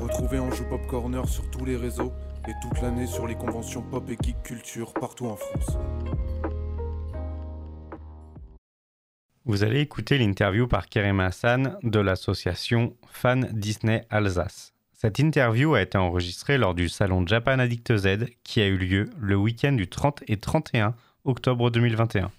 Retrouvez Anjou Pop Corner sur tous les réseaux et toute l'année sur les conventions pop et geek culture partout en France. Vous allez écouter l'interview par Kerem Hassan de l'association Fan Disney Alsace. Cette interview a été enregistrée lors du salon Japan Addict Z qui a eu lieu le week-end du 30 et 31 octobre 2021.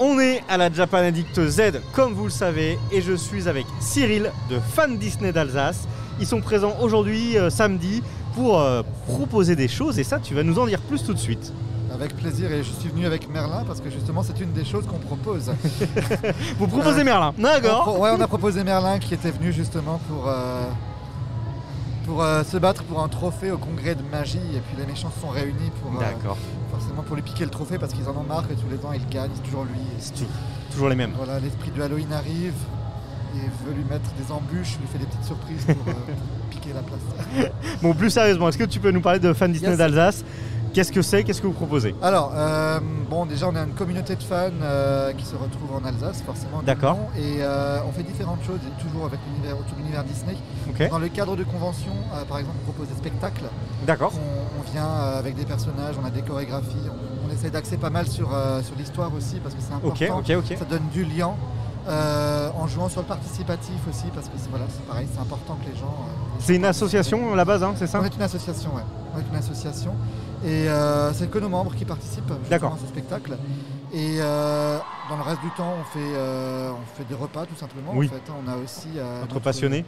On est à la Japan Addict Z, comme vous le savez, et je suis avec Cyril de Fan Disney d'Alsace. Ils sont présents aujourd'hui, euh, samedi, pour euh, proposer des choses, et ça, tu vas nous en dire plus tout de suite. Avec plaisir et je suis venu avec Merlin parce que justement c'est une des choses qu'on propose. Vous proposez Euh, Merlin, d'accord On, ouais, on a proposé Merlin qui était venu justement pour, euh, pour euh, se battre pour un trophée au congrès de magie et puis les méchants se sont réunis pour euh, D'accord. forcément pour lui piquer le trophée parce qu'ils en ont marre et tous les ans ils gagnent, c'est toujours lui. C'est tout- toujours les mêmes. Voilà, l'esprit du Halloween arrive et veut lui mettre des embûches, lui fait des petites surprises pour, euh, pour piquer la place. Bon, plus sérieusement, est-ce que tu peux nous parler de Fan Disney Yes. d'Alsace Qu'est-ce que c'est Qu'est-ce que vous proposez Alors, euh, bon, déjà, on a une communauté de fans euh, qui se retrouve en Alsace, forcément. d'où D'accord. le nom. Et euh, on fait différentes choses, et toujours avec l'univers, tout l'univers Disney. Ok, Dans le cadre de conventions, euh, par exemple, on propose des spectacles. d'accord. On, on vient euh, avec des personnages, on a des chorégraphies. On, on essaie d'axer pas mal sur, euh, sur l'histoire aussi, parce que c'est important. Ok, ok, ok. Ça donne du lien. euh, en jouant sur le participatif aussi, parce que c'est- voilà, c'est pareil, c'est important que les gens. euh, C'est une association à la base, hein, c'est ça on est une association, ouais. On est une association. Et euh, c'est que nos membres qui participent justement D'accord. à ce spectacle. Et euh, dans le reste du temps, on fait, euh, on fait des repas tout simplement. Oui. En fait, on a aussi euh, Entre passionnés.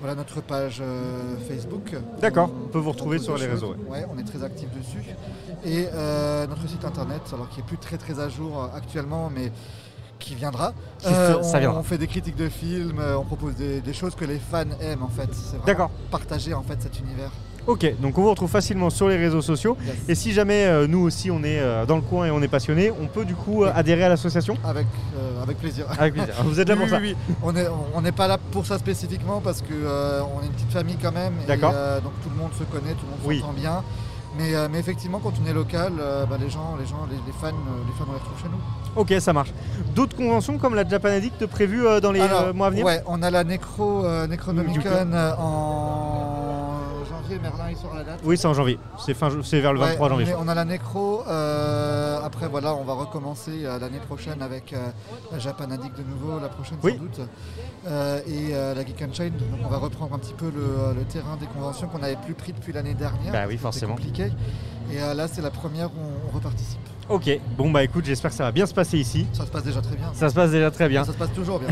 Voilà notre page euh, Facebook. D'accord, On- on peut vous retrouver propose sur des les choses. réseaux, ouais. on est très actifs dessus. Et euh, notre site internet, alors qui est plus très très à jour euh, actuellement, mais qui viendra. Qui se- ça on, viendra. on fait des critiques de films, euh, on propose des, des choses que les fans aiment en fait. C'est vraiment D'accord. Partager en fait cet univers. Ok, donc on vous retrouve facilement sur les réseaux sociaux. Yes. Et si jamais euh, nous aussi on est euh, dans le coin et on est passionné, on peut du coup euh, adhérer à l'association Avec, euh, avec plaisir. Avec plaisir. Vous êtes là pour Oui, ça oui, oui. On n'est on n'est pas là pour ça spécifiquement parce que euh, on est une petite famille quand même. et, D'accord. euh, donc tout le monde se connaît, tout le monde Oui. s'entend bien. Mais, euh, mais effectivement, quand on est local, euh, bah, les gens, les gens, les, les fans, euh, les fans on les retrouve chez nous. Ok, ça marche. D'autres conventions comme la Japan Addict prévues euh, dans les Alors, euh, mois à venir Ouais, on a la Necro, euh, Du coup. Necronomicon euh, en janvier. Merlin, il sort la date. Oui, c'est en janvier. C'est fin, ju- c'est vers le Ouais, 23 janvier. on, je est- crois. on a la Necro. euh, après, voilà, on va recommencer euh, l'année prochaine avec euh, la Japan Addict de nouveau, la prochaine Oui. sans doute. Euh, et euh, la Geek and Chain. Donc, on va reprendre un petit peu le, le terrain des conventions qu'on n'avait plus pris depuis l'année dernière. Bah oui, C'était forcément. compliqué. Et euh, là, c'est la première où on, on reparticipe. Ok, bon bah écoute, j'espère que ça va bien se passer ici. Ça se passe déjà très bien. Ça se passe déjà très bien. Ça se passe toujours bien.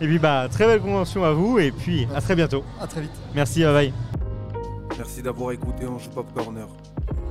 Et puis bah, très belle convention à vous et puis à Merci. très bientôt. à très vite. Merci, bye bye. Merci d'avoir écouté Anjou Pop Corner.